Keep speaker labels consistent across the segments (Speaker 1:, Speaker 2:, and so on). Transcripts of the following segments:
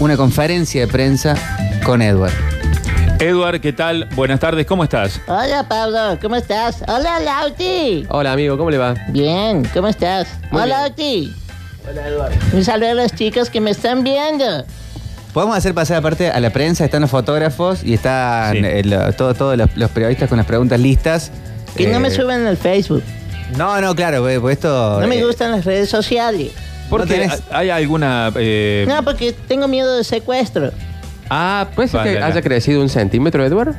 Speaker 1: una conferencia de prensa con Edward.
Speaker 2: Edward, ¿qué tal? Buenas tardes, ¿cómo estás?
Speaker 3: Hola Pablo, ¿cómo estás? Hola Lauti.
Speaker 4: Hola amigo, ¿cómo le va?
Speaker 3: Bien, ¿cómo estás?
Speaker 4: Muy
Speaker 3: Hola Lauti. Hola Eduardo. Un saludo a las chicas que me están viendo.
Speaker 1: Podemos hacer pasar aparte a la prensa, están los fotógrafos y están
Speaker 2: Sí.
Speaker 1: eh, lo- todo- todos los, los periodistas con las preguntas listas.
Speaker 3: Que no me
Speaker 1: Eh,
Speaker 3: suben al Facebook.
Speaker 1: No, no, claro, porque porque esto.
Speaker 3: No me
Speaker 1: eh,
Speaker 3: gustan las redes sociales.
Speaker 1: No
Speaker 2: Porque
Speaker 1: tenés-
Speaker 2: hay alguna. eh,
Speaker 3: No, porque tengo miedo de secuestro.
Speaker 4: Ah, ¿puede ser
Speaker 2: Vale,
Speaker 4: que
Speaker 2: la-
Speaker 4: haya crecido un centímetro, Eduardo?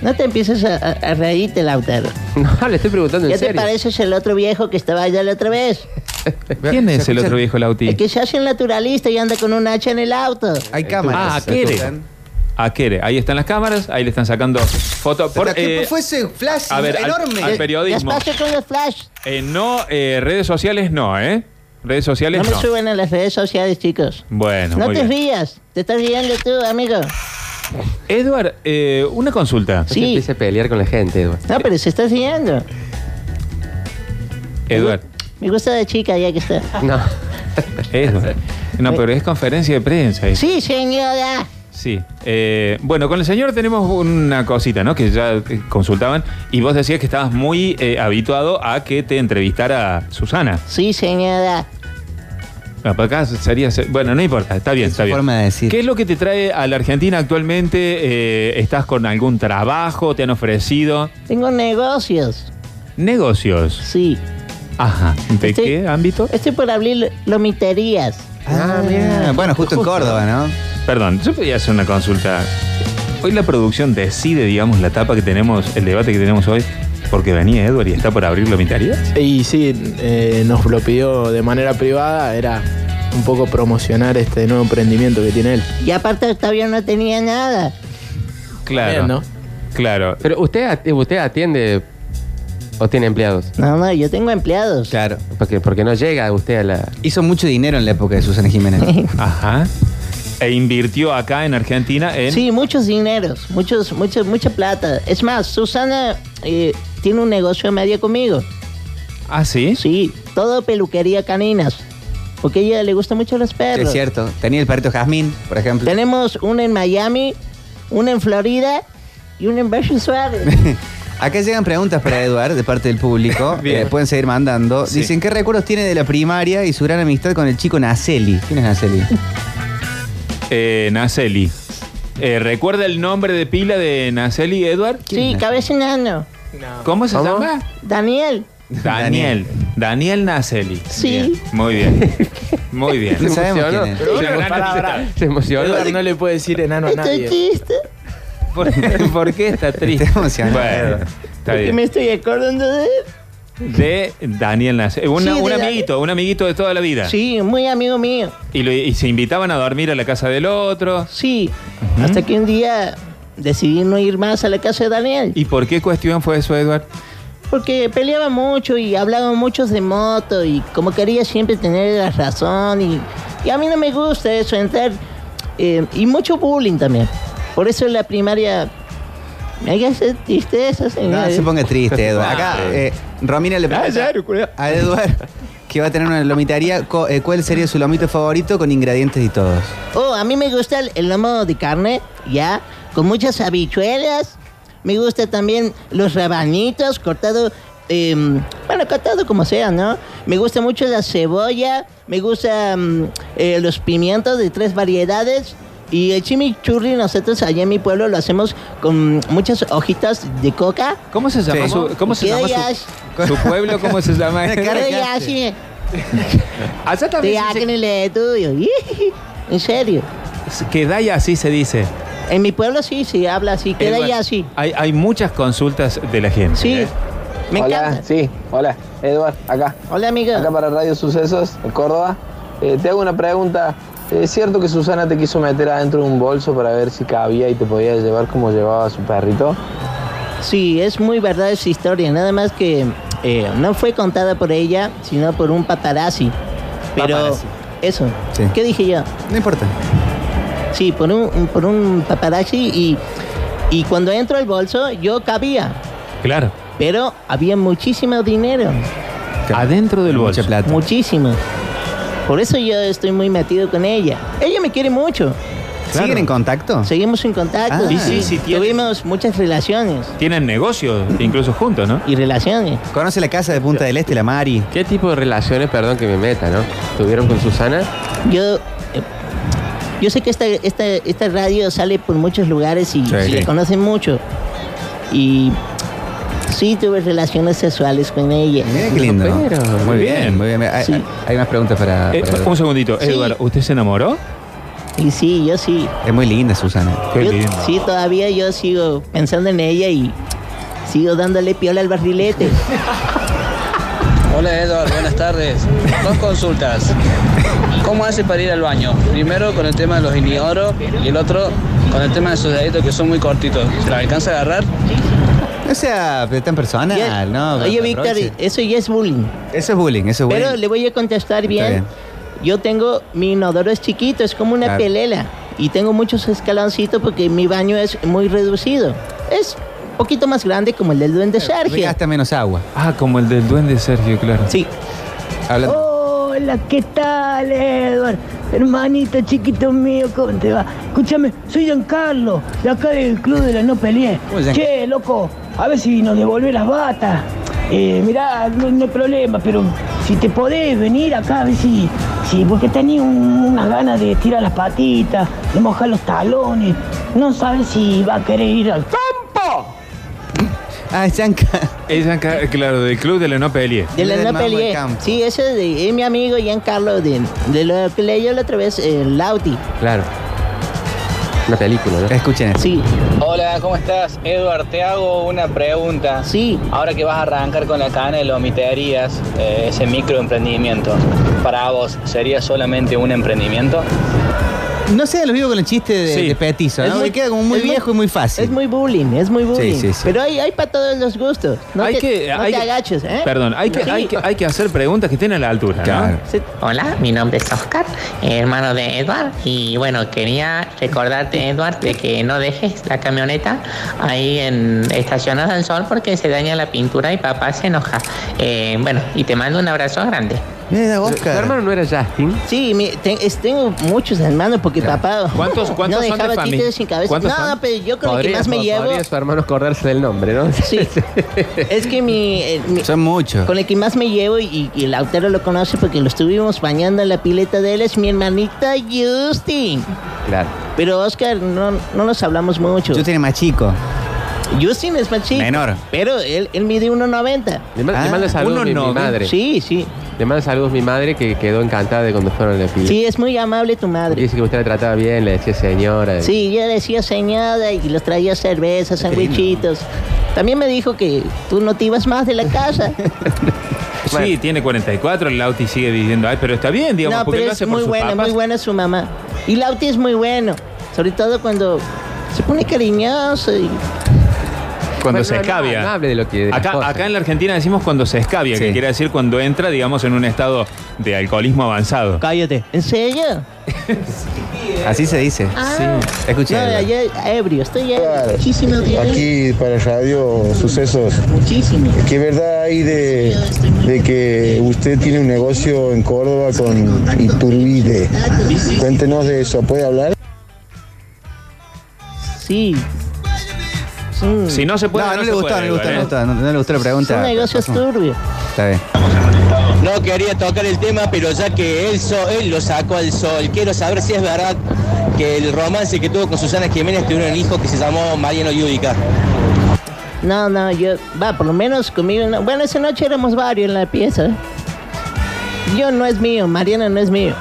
Speaker 3: No te empieces a, a- a reírte, Lautaro.
Speaker 4: No, le estoy preguntando en
Speaker 3: Ya te
Speaker 4: serio.
Speaker 3: pareces el otro viejo que estaba allá la otra vez.
Speaker 2: ¿Quién es el
Speaker 1: escucha-
Speaker 2: otro viejo Lauti?
Speaker 3: El que se hace el naturalista y anda con un hacha en el auto.
Speaker 1: Hay cámaras.
Speaker 2: Ah, Akere. Akere. Ahí están las cámaras, ahí le están sacando fotos.
Speaker 1: Por,
Speaker 2: eh,
Speaker 1: fue ese flash
Speaker 2: a ver, al-
Speaker 1: enorme?
Speaker 2: al peri- periodismo.
Speaker 3: Eh, Despacio con los flash.
Speaker 2: eh, no, eh, redes sociales no, ¿eh? Redes
Speaker 3: No
Speaker 2: sociales
Speaker 3: me
Speaker 2: no.
Speaker 3: suben a las redes sociales, chicos.
Speaker 2: Bueno,
Speaker 3: No
Speaker 2: muy
Speaker 3: te
Speaker 2: bien.
Speaker 3: rías. Te estás riendo tú, amigo.
Speaker 2: Edward, eh, una consulta.
Speaker 4: No se
Speaker 3: Sí.
Speaker 4: empiece a pelear con la gente, Eduardo.
Speaker 3: No, pero se está riendo.
Speaker 2: Edward,
Speaker 3: Me gusta la chica ya que está.
Speaker 4: No.
Speaker 2: Edward. No, pero es conferencia de prensa. es-
Speaker 3: Sí, señora.
Speaker 2: Sí. Eh, bueno, con el señor tenemos una cosita, ¿no? Que ya eh, consultaban y vos decías que estabas muy eh, habituado a que te entrevistara Susana.
Speaker 3: Sí, señora.
Speaker 2: Ah, para acá sería... se- Bueno, no importa, está bien,
Speaker 1: Es su
Speaker 2: está bien.
Speaker 1: forma de decir.
Speaker 2: ¿Qué es lo que te trae a la Argentina actualmente? Eh, ¿Estás con algún trabajo? ¿Te han ofrecido
Speaker 3: Tengo negocios.
Speaker 2: negocios?
Speaker 3: Sí.
Speaker 2: Ajá. ¿De
Speaker 3: Estoy-
Speaker 2: qué ámbito?
Speaker 3: Estoy por abrir lomiterías.
Speaker 1: Ah, mira. Bueno, justo, en Córdoba, ¿no?
Speaker 2: Perdón, yo podía hacer una consulta. Hoy la producción decide, digamos, la tapa que tenemos, el debate que tenemos hoy, porque venía Edward y está por abrir lomitarías.
Speaker 5: Y sí, eh, nos lo pidió de manera privada, era un poco promocionar este nuevo emprendimiento que tiene él.
Speaker 3: Y aparte todavía no tenía nada.
Speaker 2: Claro.
Speaker 5: Bien, ¿no?
Speaker 2: Claro.
Speaker 4: Pero usted, at- usted atiende o tiene empleados.
Speaker 3: No, no, yo tengo empleados.
Speaker 1: Claro.
Speaker 4: Porque, porque no llega usted a la.
Speaker 1: Hizo mucho dinero en la época de Susana Jiménez.
Speaker 2: Ajá. E invirtió acá en Argentina en.
Speaker 3: Sí, muchos dineros, muchos, muchos, mucha plata. Es más, Susana eh, tiene un negocio medio conmigo.
Speaker 2: Ah, sí.
Speaker 3: Sí, todo peluquería caninas. Porque a ella le gustan mucho los perros.
Speaker 1: es cierto. Tenía el perrito Jazmín, por ejemplo.
Speaker 3: Tenemos uno en Miami, uno en Florida y uno en Berkshire Suárez.
Speaker 1: Acá llegan preguntas para Eduard de parte del público.
Speaker 2: Bien.
Speaker 1: Eh, pueden seguir mandando.
Speaker 2: Sí.
Speaker 1: Dicen, ¿qué recuerdos tiene de la primaria y su gran amistad con el chico Naceli? ¿Quién es Naceli?
Speaker 2: Eh, Naceli. Eh, ¿Recuerda el nombre de pila de Naceli Edward?
Speaker 3: Sí,
Speaker 1: es?
Speaker 3: cabeza enano.
Speaker 2: ¿Cómo se
Speaker 4: ¿Cómo?
Speaker 2: llama?
Speaker 3: Daniel.
Speaker 2: Daniel. Daniel Naceli.
Speaker 3: Sí.
Speaker 2: Bien. Muy bien. Muy
Speaker 1: No
Speaker 2: bien.
Speaker 1: sabemos quién es.
Speaker 4: Se
Speaker 2: Pero bueno,
Speaker 4: emocionó.
Speaker 2: pará,
Speaker 4: Se emocionó.
Speaker 5: Eduardo no le puede decir enano a
Speaker 3: Estoy
Speaker 5: nadie.
Speaker 3: triste
Speaker 2: ¿Por, por qué está triste?
Speaker 1: Está emocionado.
Speaker 2: Bueno, está
Speaker 3: porque
Speaker 2: bien.
Speaker 3: me estoy acordando de él.
Speaker 2: De Daniel Naceli.
Speaker 3: Sí,
Speaker 2: Una-
Speaker 3: de
Speaker 2: un
Speaker 3: Daniel.
Speaker 2: amiguito, un amiguito de toda la vida.
Speaker 3: Sí, muy amigo mío.
Speaker 2: Y, lo- y se invitaban a dormir a la casa del otro.
Speaker 3: Sí, hasta que un día decidí no ir más a la casa de Daniel.
Speaker 2: ¿Y por qué cuestión fue eso, Edward?
Speaker 3: Porque peleaba mucho y hablaba mucho de moto y como quería siempre tener la razón y, y a mí no me gusta eso, entrar eh, y mucho bullying también. Por eso en la primaria me hace hacer tristeza,
Speaker 1: No,
Speaker 3: señor.
Speaker 1: se ponga triste,
Speaker 2: Ah,
Speaker 1: Eduard. Acá, eh, Romina le pregunta a Eduard, que va a tener una lomitaría, co- eh, ¿cuál sería su lomito favorito con ingredientes y todos?
Speaker 3: Oh, a mí me gusta el, el lomo de carne, ya, con muchas habichuelas. Me gusta también los rabanitos cortado, em, bueno, cortado como sea, ¿no? Me gusta mucho la cebolla, me gusta mm, eh, los pimientos de tres variedades. Y el chimichurri nosotros allá en mi pueblo lo hacemos con muchas hojitas de coca.
Speaker 2: ¿Cómo se llama
Speaker 1: Sí.
Speaker 2: su, cómo se
Speaker 3: ¿Qué
Speaker 2: llama
Speaker 3: digas?
Speaker 2: su, su pueblo? ¿Cómo se llama?
Speaker 1: Acá- Cara que
Speaker 3: Pero ya
Speaker 1: hace.
Speaker 3: sí,
Speaker 2: Allá
Speaker 3: te
Speaker 2: también
Speaker 3: hacen el estudio. En serio.
Speaker 2: se- que Daya así se dice.
Speaker 3: En mi pueblo sí se habla así, queda
Speaker 2: Edward,
Speaker 3: ya así.
Speaker 2: Hay, hay muchas consultas de la gente.
Speaker 3: Sí,
Speaker 2: ¿eh?
Speaker 3: me
Speaker 6: hola,
Speaker 3: encanta.
Speaker 6: sí, hola, Eduard, acá,
Speaker 3: Hola,
Speaker 6: acá
Speaker 3: amiga.
Speaker 6: para Radio Sucesos, en Córdoba. Eh, te hago una pregunta. Eh, ¿Es cierto que Susana te quiso meter adentro de un bolso para ver si cabía y te podías llevar como llevaba a su perrito?
Speaker 3: Sí, es muy verdad esa historia, nada más que eh, no fue contada por ella, sino por un paparazzi. Pero
Speaker 1: Paparazzi.
Speaker 3: eso,
Speaker 1: Sí.
Speaker 3: ¿qué dije yo?
Speaker 1: No importa.
Speaker 3: Sí, por un, por un paparazzi y, y cuando entro al bolso yo cabía,
Speaker 2: Claro.
Speaker 3: pero había muchísimo dinero,
Speaker 2: Adentro del bolso.
Speaker 1: Mucha plata.
Speaker 3: muchísimo. Por eso yo estoy muy metido con ella. Ella me quiere mucho.
Speaker 1: ¿Siguen en contacto?
Speaker 3: Seguimos en contacto.
Speaker 1: Ah.
Speaker 2: Sí, sí, sí, tiene.
Speaker 3: Tuvimos muchas relaciones
Speaker 2: Tienen negocios, incluso juntos, ¿no?
Speaker 3: y relaciones.
Speaker 1: ¿Conoce la casa de Punta del Este, la Mari?
Speaker 4: ¿Qué tipo de relaciones, perdón que me meta, ¿no? ¿Tuvieron con Susana?
Speaker 3: Yo, eh, yo sé que esta, esta, esta radio sale por muchos lugares y se
Speaker 2: Sí.
Speaker 3: la conocen mucho. Y sí tuve relaciones sexuales con ella.
Speaker 1: Mira qué lindo. ¿no?
Speaker 4: Pero-
Speaker 1: Muy bien, muy bien. Hay,
Speaker 3: Sí.
Speaker 1: hay- hay más preguntas para.
Speaker 2: Eh,
Speaker 1: para-
Speaker 2: un segundito,
Speaker 3: Sí.
Speaker 2: Eduardo, ¿usted se enamoró?
Speaker 3: Y sí, yo sí.
Speaker 1: Es muy linda, Susana.
Speaker 2: Qué
Speaker 3: Yo-
Speaker 2: lindo.
Speaker 3: Sí, todavía yo sigo pensando en ella y sigo dándole piola al barrilete.
Speaker 7: Hola Eduard, buenas tardes. Dos consultas. ¿Cómo hace para ir al baño? Primero con el tema de los inodoros y el otro con el tema de sus deditos que son muy cortitos. ¿Se la alcanza a agarrar?
Speaker 1: O sea, pero tan personal,
Speaker 3: Ya-
Speaker 1: ¿no?
Speaker 3: Oye,
Speaker 1: Pero-
Speaker 3: Víctor, eso ya es bullying.
Speaker 1: Eso es bullying, eso es bullying.
Speaker 3: Pero le voy a contestar bien.
Speaker 1: bien.
Speaker 3: Yo tengo, mi inodoro es chiquito, es como una
Speaker 1: Claro.
Speaker 3: pelela. Y tengo muchos escaloncitos porque mi baño es muy reducido. Es un poquito más grande como el del duende Sergio.
Speaker 1: Gasta menos agua.
Speaker 2: Ah, como el del duende Sergio, claro.
Speaker 3: Sí.
Speaker 1: Hablando.
Speaker 3: Oh.
Speaker 8: Hola, ¿qué tal, Edward? Hermanito chiquito mío, ¿cómo te va? Escúchame, soy Giancarlo, de acá del Club de la No Peleé.
Speaker 1: Uy, Gian-
Speaker 8: Che, loco, a ver si nos devolvés las batas. Eh, mirá, no, no hay problema, pero si te podés venir acá, a ver si... si porque tenía un- unas ganas de tirar las patitas, de mojar los talones. No sabes si va a querer ir al... ¡Campo!
Speaker 1: Ah, es Yanka.
Speaker 2: Ella, ca- claro, del club de la no peli.
Speaker 3: De la
Speaker 1: Del
Speaker 3: no
Speaker 1: Mago del
Speaker 3: peleé.
Speaker 1: Campo.
Speaker 3: Sí, ese es de es mi amigo Giancarlo, de, de lo que leí yo la otra vez, el Lauti.
Speaker 4: Claro. Una película, ¿no?
Speaker 1: Escuchen eso.
Speaker 3: Sí,
Speaker 7: Hola, ¿cómo estás? Eduard, te hago una pregunta.
Speaker 3: sí.
Speaker 7: Ahora que vas a arrancar con la cana de lomiterías, eh, ese microemprendimiento, para vos, ¿sería solamente un emprendimiento?
Speaker 1: No sea los vivo con el chiste de,
Speaker 2: Sí.
Speaker 1: de petizo,
Speaker 3: Es
Speaker 1: ¿no? Me queda como muy
Speaker 3: es
Speaker 1: viejo y muy fácil.
Speaker 3: Es muy bullying, es muy bullying.
Speaker 1: sí, sí.
Speaker 3: Pero hay, hay para todos los gustos. No
Speaker 2: hay
Speaker 3: te,
Speaker 2: que,
Speaker 3: no
Speaker 2: hay
Speaker 3: te
Speaker 2: que-
Speaker 3: agaches, ¿eh?
Speaker 2: Perdón, hay que,
Speaker 3: Sí.
Speaker 2: hay que, hay que hacer preguntas que estén a la altura, ¿no?
Speaker 1: Claro.
Speaker 3: Sí.
Speaker 9: Hola, mi nombre es Oscar, hermano de Edward, y bueno, quería recordarte, Edward, de que no dejes la camioneta ahí en, estacionada al sol porque se daña la pintura y papá se enoja. Eh, bueno, y te mando un abrazo grande.
Speaker 1: Mira,
Speaker 4: ¿Tu
Speaker 1: Oscar.
Speaker 4: hermano no era Justin?
Speaker 3: Sí, mi- te- es- tengo muchos hermanos porque papá
Speaker 2: ¿Cuántos- cuántos
Speaker 3: no
Speaker 2: son de
Speaker 3: dejaba
Speaker 2: familia?
Speaker 3: títeres sin cabeza.
Speaker 2: ¿Cuántos
Speaker 3: No,
Speaker 2: son?
Speaker 3: pero yo creo que más me llevo.
Speaker 4: Podría su hermano acordarse del nombre, ¿no?
Speaker 3: Sí. es que mi, eh, mi-
Speaker 1: Son muchos.
Speaker 3: con el que más me llevo y, y Lautaro lo conoce porque lo estuvimos bañando en la pileta de él es mi hermanita Justin.
Speaker 4: Claro.
Speaker 3: Pero Oscar no, no nos hablamos mucho.
Speaker 1: Yo tenía más chico.
Speaker 3: Justin es más chico.
Speaker 1: Menor.
Speaker 3: Pero él, él mide 1.90.
Speaker 4: Le, ma- le
Speaker 1: Ah,
Speaker 4: mando saludos a mi, mi
Speaker 2: 1.90.
Speaker 4: madre.
Speaker 3: Sí, sí.
Speaker 4: Le mando saludos a mi madre que quedó encantada de cuando fueron a la pila.
Speaker 3: Sí, es muy amable tu madre.
Speaker 4: Dice que usted la trataba bien, le decía señora.
Speaker 3: Sí, yo decía señora y los traía cervezas, sandwichitos. También me dijo que tú no te ibas más de la casa.
Speaker 2: Sí, tiene 44, el Lauti sigue viviendo ahí, pero está bien, digamos,
Speaker 3: no,
Speaker 2: porque
Speaker 3: pero
Speaker 2: lo
Speaker 3: es
Speaker 2: hace por
Speaker 3: muy
Speaker 2: sus
Speaker 3: buena,
Speaker 2: papás.
Speaker 3: muy buena su mamá. Y Lauti es muy bueno, sobre todo cuando se pone cariñoso y
Speaker 2: Cuando
Speaker 4: Bueno,
Speaker 2: se
Speaker 4: no, no,
Speaker 2: escabia.
Speaker 4: no hable de lo que- de las
Speaker 2: acá,
Speaker 4: cosas.
Speaker 2: acá en la Argentina decimos cuando se escabia,
Speaker 1: Sí.
Speaker 2: que quiere decir cuando entra, digamos, en un estado de alcoholismo avanzado.
Speaker 3: cállate. ¿En serio?
Speaker 1: Así se dice. Sí. Escuché.
Speaker 3: Ah. No,
Speaker 1: Eduardo.
Speaker 3: ayer ebrio, estoy ebrio. Muchísimo ebrio.
Speaker 10: Aquí para Radio Sucesos,
Speaker 3: Muchísimo.
Speaker 10: ¿qué verdad hay de, de que usted tiene un negocio en Córdoba con Iturbide? Cuéntenos de eso, ¿puede hablar?
Speaker 3: Sí. Sí.
Speaker 2: Si no se puede,
Speaker 1: No, no le gustó, no le gustó, no le gustó, no- no le gustó la pregunta.
Speaker 3: ¿eh? Son negocios ¿eh? turbios.
Speaker 1: Está bien.
Speaker 7: No quería tocar el tema, pero ya que él, so- él lo sacó al sol, quiero saber si es verdad que el romance que tuvo con Susana Jiménez tuvieron un hijo que se llamó Mariano Yudica.
Speaker 3: No, no, yo, va, por lo menos conmigo no. Bueno, esa noche éramos varios en la pieza. Yo no es mío, Mariana no es mío.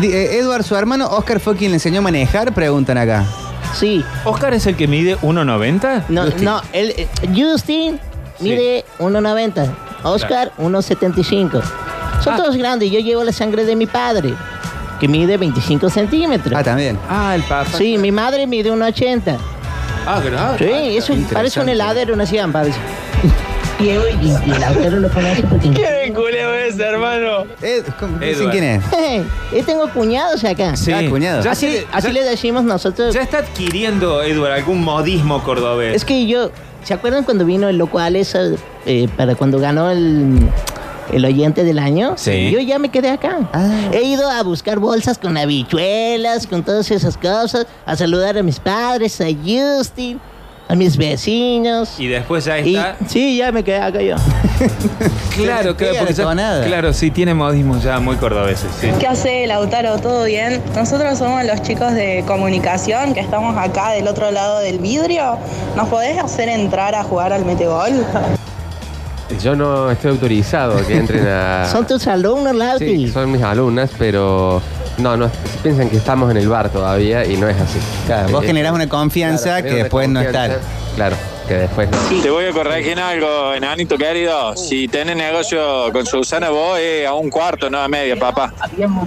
Speaker 1: Di- eh, Edward, su hermano, Oscar fue quien le enseñó a manejar, preguntan acá.
Speaker 3: Sí,
Speaker 2: ¿Oscar es el que mide 1,90?
Speaker 3: no, no, él, eh, Justin mide 1.90, Oscar 1.75. Son
Speaker 2: Ah.
Speaker 3: todos grandes, yo llevo la sangre de mi padre, que mide 25 centímetros.
Speaker 1: Ah, también.
Speaker 4: Ah, el papá.
Speaker 3: Sí, mi madre mide 1.80.
Speaker 2: Ah, claro.
Speaker 3: Sí, eso
Speaker 1: interesante.
Speaker 3: parece un heladero, una siam, parece. Y, y, y el heladero lo conoce porque...
Speaker 1: Ed- ¿cómo- dicen
Speaker 2: Edward.
Speaker 1: quién es?
Speaker 3: Yo tengo cuñados acá.
Speaker 2: Sí.
Speaker 1: Ah, cuñado.
Speaker 2: Ya,
Speaker 3: Así,
Speaker 2: se-
Speaker 3: así
Speaker 2: ya-
Speaker 3: le decimos nosotros.
Speaker 2: ya está adquiriendo, Edward, algún modismo cordobés.
Speaker 3: Es que yo, ¿se acuerdan cuando vino el loco Alex eh, para cuando ganó el, el oyente del año,
Speaker 2: Sí.
Speaker 3: yo ya me quedé acá. He ido a buscar bolsas con habichuelas, con todas esas cosas, a saludar a mis padres, a Justin, a mis vecinos.
Speaker 2: Y después ya está.
Speaker 3: Y- sí, ya me quedé acá yo.
Speaker 2: Claro, claro,
Speaker 3: Sí,
Speaker 2: porque ya-
Speaker 3: atonada.
Speaker 2: claro, sí, tiene modismos ya muy cordobeses. Sí.
Speaker 11: ¿Qué hace Lautaro? ¿Todo bien? Nosotros somos los chicos de comunicación que estamos acá del otro lado del vidrio. ¿Nos podés hacer entrar a jugar al metegol?
Speaker 4: Yo no estoy autorizado que entren a...
Speaker 3: Son tus alumnos, Lauti.
Speaker 4: Sí, son mis alumnas, pero no, no piensan que estamos en el bar todavía y no es así. Eh, Claro,
Speaker 1: vos generás una confianza que después no
Speaker 4: está. Claro, que después no.
Speaker 12: Te voy a corregir en algo, enanito querido. Si tenés negocio con Susana, vos eh, a un cuarto, no a media, papá.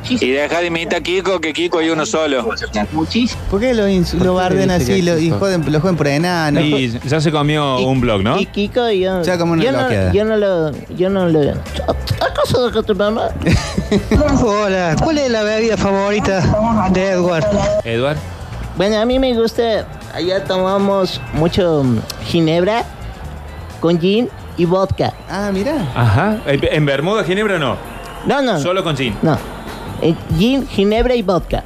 Speaker 12: Y deja de imitar a Kiko, que Kiko hay uno solo.
Speaker 1: ¿Por qué lo, ins- lo barden
Speaker 2: dice
Speaker 1: así
Speaker 2: que
Speaker 1: lo, y
Speaker 2: Kiko?
Speaker 1: joden, lo joden por enano?
Speaker 2: Y ya se comió un blog, ¿no?
Speaker 3: Y Kiko, yo.
Speaker 1: Ya como una
Speaker 3: yo, no,
Speaker 1: bloqueada.
Speaker 3: yo no lo. Yo no lo. ¿Acaso de que tu mamá?
Speaker 13: Hola, ¿cuál es la bebida favorita de Edward?
Speaker 2: Eduard.
Speaker 3: Bueno, a mí me gusta. Allá tomamos mucho mm, ginebra con gin y vodka.
Speaker 1: Ah, mira.
Speaker 2: Ajá. Eh, ¿En Bermuda, Ginebra no?
Speaker 3: No, no.
Speaker 2: Solo con gin.
Speaker 3: No. Eh, gin, ginebra y vodka.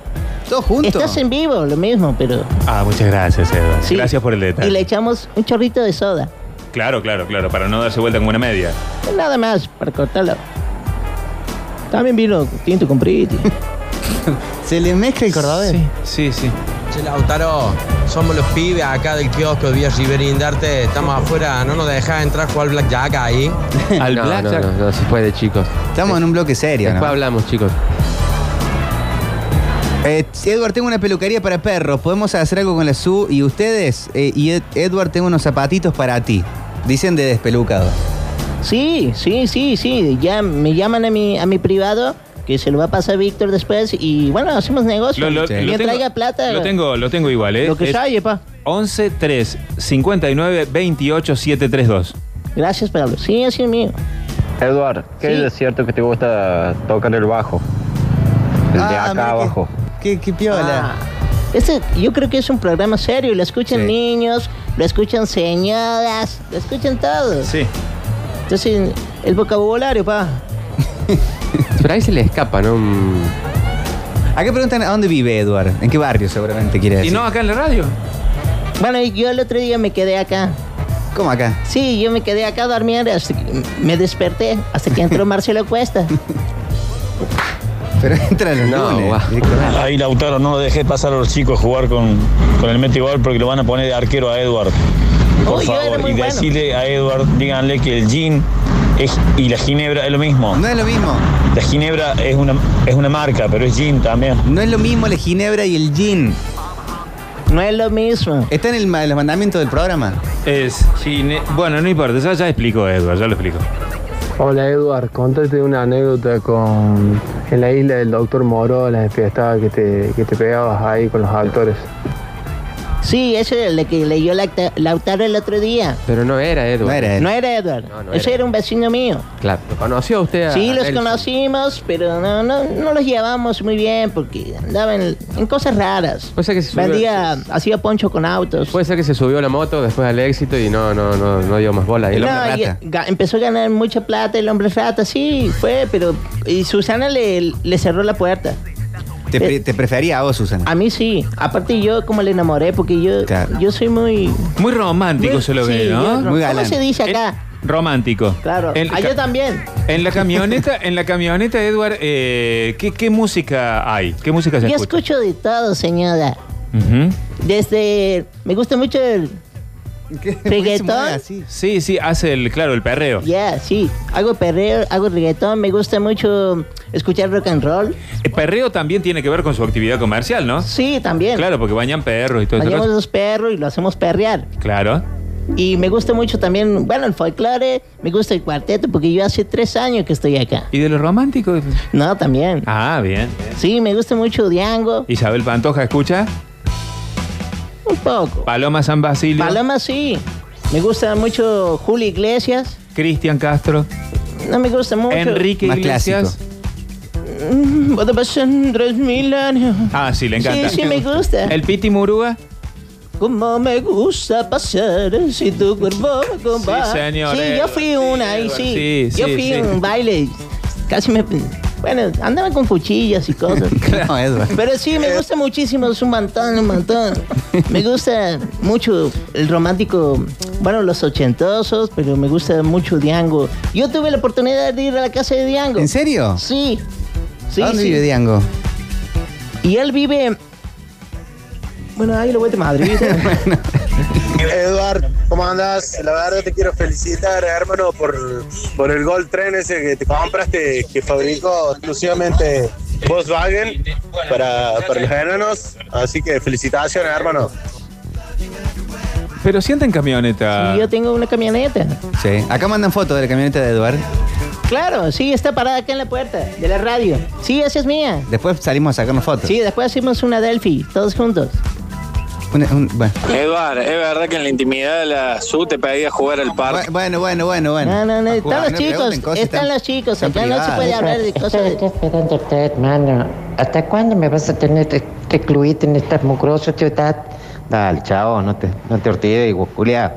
Speaker 1: ¿Todos juntos?
Speaker 3: Estás en vivo, lo mismo, pero.
Speaker 2: Ah, muchas gracias, Eduard.
Speaker 3: Sí.
Speaker 2: Gracias por el
Speaker 3: Y
Speaker 2: detalle.
Speaker 3: le echamos un chorrito de soda.
Speaker 2: Claro, claro, claro, para no darse vuelta como una media.
Speaker 3: Nada más, para cortarlo. También vino tinto con priti.
Speaker 1: Se le mezcla el cordobés.
Speaker 2: Sí, sí.
Speaker 14: Che, Lautaro, somos los pibes acá del kiosco de Vía Rivera Indarte. Estamos afuera, no nos dejas entrar a jugar al Blackjack ahí.
Speaker 4: no, No, no, no, se puede, chicos.
Speaker 1: Estamos en un bloque serio,
Speaker 4: Después
Speaker 1: ¿no?
Speaker 4: hablamos, chicos.
Speaker 1: Eh, Edward, tengo una peluquería para perros. Podemos hacer algo con la SU y ustedes. Eh, y Ed- Edward, tengo unos zapatitos para ti. Dicen de despelucado.
Speaker 3: Sí, sí, sí, sí. Ya me llaman a mi, a mi privado, que se lo va a pasar Víctor después. Y bueno, hacemos negocio.
Speaker 2: Lo, lo-
Speaker 3: Quien
Speaker 2: lo tengo,
Speaker 3: traiga plata.
Speaker 2: Lo tengo, lo tengo igual, ¿eh?
Speaker 3: Lo que sabe, pa.
Speaker 2: 11 3 59 28 732.
Speaker 3: Gracias, Pablo. Sí, así es mío.
Speaker 15: Eduard, ¿qué
Speaker 3: Sí.
Speaker 15: es de cierto que te gusta tocar el bajo? El de
Speaker 3: Ah, mira
Speaker 15: acá
Speaker 3: que-
Speaker 15: abajo.
Speaker 1: Qué, qué
Speaker 13: Ah.
Speaker 3: piola. este, yo creo que es un programa serio. y Lo escuchan
Speaker 15: Sí.
Speaker 3: niños, lo escuchan señoras, lo escuchan todos.
Speaker 2: Sí.
Speaker 3: Entonces, el vocabulario, pa.
Speaker 4: Pero ahí se le escapa, ¿no?
Speaker 1: Acá preguntan a dónde vive Edward. ¿En qué barrio seguramente quiere decir?
Speaker 2: acá en la radio?
Speaker 3: Bueno, y yo el otro día me quedé acá.
Speaker 1: ¿Cómo acá?
Speaker 3: Sí, yo me quedé acá a dormir hasta que me desperté, hasta que entró Marcelo Cuesta.
Speaker 1: Pero entra los
Speaker 3: lunes,
Speaker 16: Ahí Lautaro, no dejes pasar a los chicos a jugar con, con el metibol porque lo van a poner de arquero a Edward. Por
Speaker 3: Uy, yo era
Speaker 16: favor,
Speaker 3: muy
Speaker 16: y
Speaker 3: bueno.
Speaker 16: decirle a Edward, díganle que el gin es- y la ginebra es lo mismo.
Speaker 1: No es lo mismo.
Speaker 16: La ginebra es una, es una marca, pero es gin también.
Speaker 1: No es lo mismo la ginebra y el gin.
Speaker 3: No es lo mismo.
Speaker 1: Está en el, ma- los mandamientos del programa.
Speaker 2: Es gine- Bueno, no importa, ya, ya explico, Edward, ya lo explico.
Speaker 17: Hola Eduard, contate una anécdota con en la isla del doctor Moro, la enfiestada que te, que te pegabas ahí con los actores.
Speaker 3: Sí, ese es el que leyó Lacta- Lautaro el otro día.
Speaker 4: Pero no era Edward.
Speaker 16: Eh.
Speaker 3: No era Edward.
Speaker 4: No, no
Speaker 3: ese
Speaker 4: era.
Speaker 3: era un vecino mío.
Speaker 4: Claro, ¿lo conoció usted? a
Speaker 3: Sí, los
Speaker 4: Nelson?
Speaker 3: conocimos, pero no, no, no los llevamos muy bien porque andaban en, en cosas raras.
Speaker 4: Puede ser que se subió-
Speaker 3: Vendía, hacía poncho con autos.
Speaker 4: Puede ser que se subió a la moto después al éxito y no, no, no, no dio más bola. Y
Speaker 3: No,
Speaker 4: lo-
Speaker 3: y- ga- empezó a ganar mucha plata el hombre rata, sí, fue, pero y Susana le, le cerró la puerta.
Speaker 1: Te,
Speaker 3: Eh.
Speaker 1: pre- te prefería a vos, Susana.
Speaker 3: A mí sí, aparte yo como le enamoré porque yo,
Speaker 1: Claro.
Speaker 3: yo soy muy...
Speaker 2: Muy romántico
Speaker 3: Muy-
Speaker 2: se lo
Speaker 3: sí,
Speaker 2: ve,
Speaker 3: yo-
Speaker 2: ¿no?
Speaker 3: ¿Cómo se dice acá?
Speaker 2: Romántico.
Speaker 3: Claro,
Speaker 2: En,
Speaker 3: ah, yo también.
Speaker 2: en la camioneta, en la camioneta, Edward, eh, ¿qué, qué música hay? ¿Qué música se
Speaker 3: Yo
Speaker 2: escucha?
Speaker 3: escucho de todo, señora.
Speaker 2: Ujú.
Speaker 3: Desde... Me gusta mucho el... Reggaetón.
Speaker 2: Sí, sí, hace el, claro, el perreo.
Speaker 3: Ya, sí. Hago perreo, hago reggaetón. Me gusta mucho escuchar rock and roll.
Speaker 2: El perreo también tiene que ver con su actividad comercial, ¿no?
Speaker 3: Sí, también.
Speaker 2: Claro, porque bañan perros y todo
Speaker 3: Bañamos
Speaker 2: eso.
Speaker 3: los perros y lo hacemos perrear.
Speaker 2: Claro.
Speaker 3: Y me gusta mucho también, bueno, el folclore. Me gusta el cuarteto porque yo hace tres años que estoy acá.
Speaker 2: ¿Y de lo romántico?
Speaker 3: No, también.
Speaker 2: Ah, bien. bien.
Speaker 3: Sí, me gusta mucho Diango.
Speaker 2: Isabel Pantoja, ¿escucha?
Speaker 3: Un poco.
Speaker 2: Paloma San Basilio.
Speaker 3: Paloma sí. Me gusta mucho Julio Iglesias.
Speaker 2: Cristian Castro.
Speaker 3: No me gusta mucho.
Speaker 2: Enrique Iglesias.
Speaker 3: Mm, Vos te pasas tres mil años.
Speaker 2: Ah, sí, le encanta.
Speaker 3: Sí, sí, me gusta.
Speaker 2: El Piti Muruga.
Speaker 3: Como me gusta pasar si tu cuerpo me acompaña.
Speaker 2: Sí, señor,
Speaker 3: Sí, yo fui
Speaker 2: Edward,
Speaker 3: una
Speaker 2: sí,
Speaker 3: y sí.
Speaker 2: Edward, sí,
Speaker 3: yo
Speaker 2: sí,
Speaker 3: fui
Speaker 2: sí.
Speaker 3: a un baile. Casi me. Bueno, andaba con cuchillas y cosas.
Speaker 1: No, Edward.
Speaker 3: Pero sí, me gusta muchísimo, es un montón, un montón. Me gusta mucho el romántico, bueno, los ochentosos, pero me gusta mucho Diango. Yo tuve la oportunidad de ir a la casa de Diango.
Speaker 1: ¿En serio?
Speaker 3: Sí. sí
Speaker 1: ¿A dónde
Speaker 3: sí.
Speaker 1: vive Diango?
Speaker 3: Y él vive... Bueno, ahí lo voy a Madrid.
Speaker 18: Eduard, ¿cómo andas? La verdad te quiero felicitar, hermano, por, por el Gold Tren ese que te compraste, que fabricó exclusivamente Volkswagen para, para los enanos. Así que felicitaciones, hermano.
Speaker 2: Pero sienten camioneta.
Speaker 3: Y yo tengo una camioneta.
Speaker 1: Sí. Acá mandan fotos de la camioneta de Eduard.
Speaker 3: Claro, sí, está parada acá en la puerta de la radio. Sí, esa es mía.
Speaker 1: Después salimos a sacarnos fotos.
Speaker 3: Sí, después hacemos una Delphi, todos juntos.
Speaker 1: Una- un- bueno.
Speaker 12: Eduard, es verdad que en la intimidad de la SU te pedía jugar al parque.
Speaker 1: Bueno, bueno, bueno, bueno.
Speaker 3: No, no, no,
Speaker 1: Jugar,
Speaker 3: están los
Speaker 1: no le pregunten
Speaker 3: chicos,
Speaker 1: cosas
Speaker 3: están
Speaker 1: tan-
Speaker 3: los chicos,
Speaker 1: tan
Speaker 3: acá no se
Speaker 1: privadas.
Speaker 3: puede hablar de cosas de...
Speaker 19: Estoy esperando a usted, mano. ¿Hasta cuándo me vas a tener que que incluirte en esta mugrosa ciudad?
Speaker 20: Dale, chavo, no te, no te ortigues, Julia.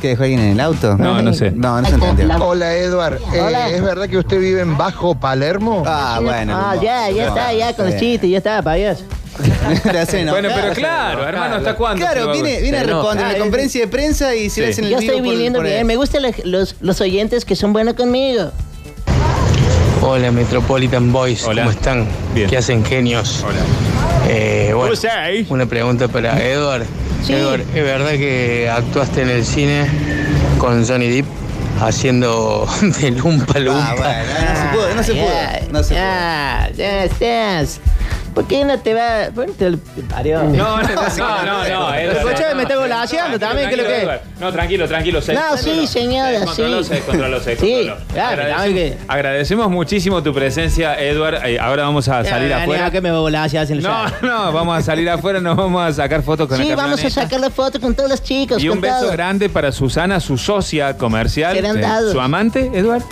Speaker 1: ¿Que dejó alguien en el auto?
Speaker 20: No, no sé.
Speaker 1: No, no se entendió.
Speaker 21: Hola, Edward. Eh,
Speaker 3: Hola.
Speaker 21: ¿Es verdad que usted vive en Bajo Palermo?
Speaker 1: Ah, bueno.
Speaker 3: Ah, ya, ya está, ya con el chiste, ya está, payaso.
Speaker 2: Bueno, pero claro, hermano, ¿hasta cuándo? se
Speaker 1: Claro,
Speaker 2: va a-
Speaker 1: viene, viene a
Speaker 2: Se enoja.
Speaker 1: responder en la conferencia de prensa y se le hacen el
Speaker 3: Yo
Speaker 1: vivo
Speaker 3: estoy
Speaker 1: por-
Speaker 3: viniendo
Speaker 1: por-
Speaker 3: bien, me gustan los, los, los oyentes que son buenos conmigo.
Speaker 22: Hola Metropolitan Boys, ¿cómo están? ¿Qué hacen genios? Hola. bueno, una pregunta para Edward.
Speaker 3: Sí.
Speaker 22: Edward, ¿es verdad que actuaste en el cine con Johnny Depp haciendo de Lumpa
Speaker 1: Ah,
Speaker 22: Lumpa?
Speaker 1: pudo, no se pudo, no se
Speaker 3: Ah, ya, ya, estás. ¿Por qué no te va? Bueno, te lo te parió.
Speaker 2: No, no, no, no, no, Edward, no,
Speaker 3: Escuchame, me
Speaker 2: no.
Speaker 3: estoy volaseando también, ¿qué es lo que es?
Speaker 2: Tranquilo, Edward. No, tranquilo, tranquilo. se-
Speaker 3: No, sí, señora,
Speaker 2: Se descontroló,
Speaker 3: sí.
Speaker 2: se descontroló, se
Speaker 3: Sí,
Speaker 2: descontroló.
Speaker 3: claro,
Speaker 2: Agradecemos-
Speaker 3: dame
Speaker 2: Agradecemos muchísimo tu presencia, Edward. Eh, ahora vamos a salir
Speaker 3: Ya, ya,
Speaker 2: afuera.
Speaker 3: que me volaseas en el
Speaker 2: No, no, vamos a salir afuera, nos vamos a sacar fotos con
Speaker 3: Sí,
Speaker 2: el
Speaker 3: vamos a sacar la foto con todos los chicos.
Speaker 2: Y un
Speaker 3: con
Speaker 2: beso
Speaker 3: todo.
Speaker 2: grande para Susana, su socia comercial.
Speaker 3: Serán
Speaker 2: eh,
Speaker 3: dados.
Speaker 2: ¿Su amante, Eduard?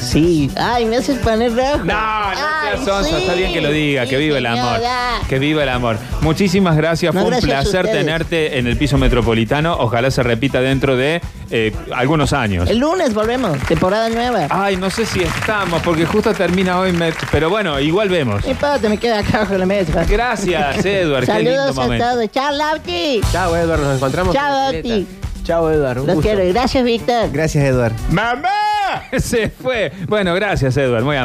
Speaker 3: Sí. Ay, me haces poner rojo. No,
Speaker 2: Gracias, Sonso, está bien que lo diga, que viva el amor. Que viva el amor. Muchísimas gracias,
Speaker 3: No,
Speaker 2: fue un
Speaker 3: gracias a
Speaker 2: placer
Speaker 3: ustedes.
Speaker 2: tenerte en el piso metropolitano. Ojalá se repita dentro de eh, algunos años.
Speaker 3: El lunes volvemos, temporada nueva.
Speaker 2: Ay, no sé si estamos, porque justo termina hoy, me- pero bueno, igual vemos.
Speaker 3: Mi padre me queda acá bajo la mesa.
Speaker 2: Gracias, Edward, qué lindo
Speaker 3: Saludos a
Speaker 2: momento.
Speaker 3: todos. Chao, Lauti.
Speaker 4: Chao, Edward, nos encontramos.
Speaker 3: Chao,
Speaker 4: en
Speaker 3: Octi.
Speaker 4: Chao, Edward.
Speaker 3: Los quiero. Gracias, Víctor.
Speaker 1: Gracias, Eduard.
Speaker 2: ¡Mamá! Se fue. Bueno, gracias, Edward, muy amable.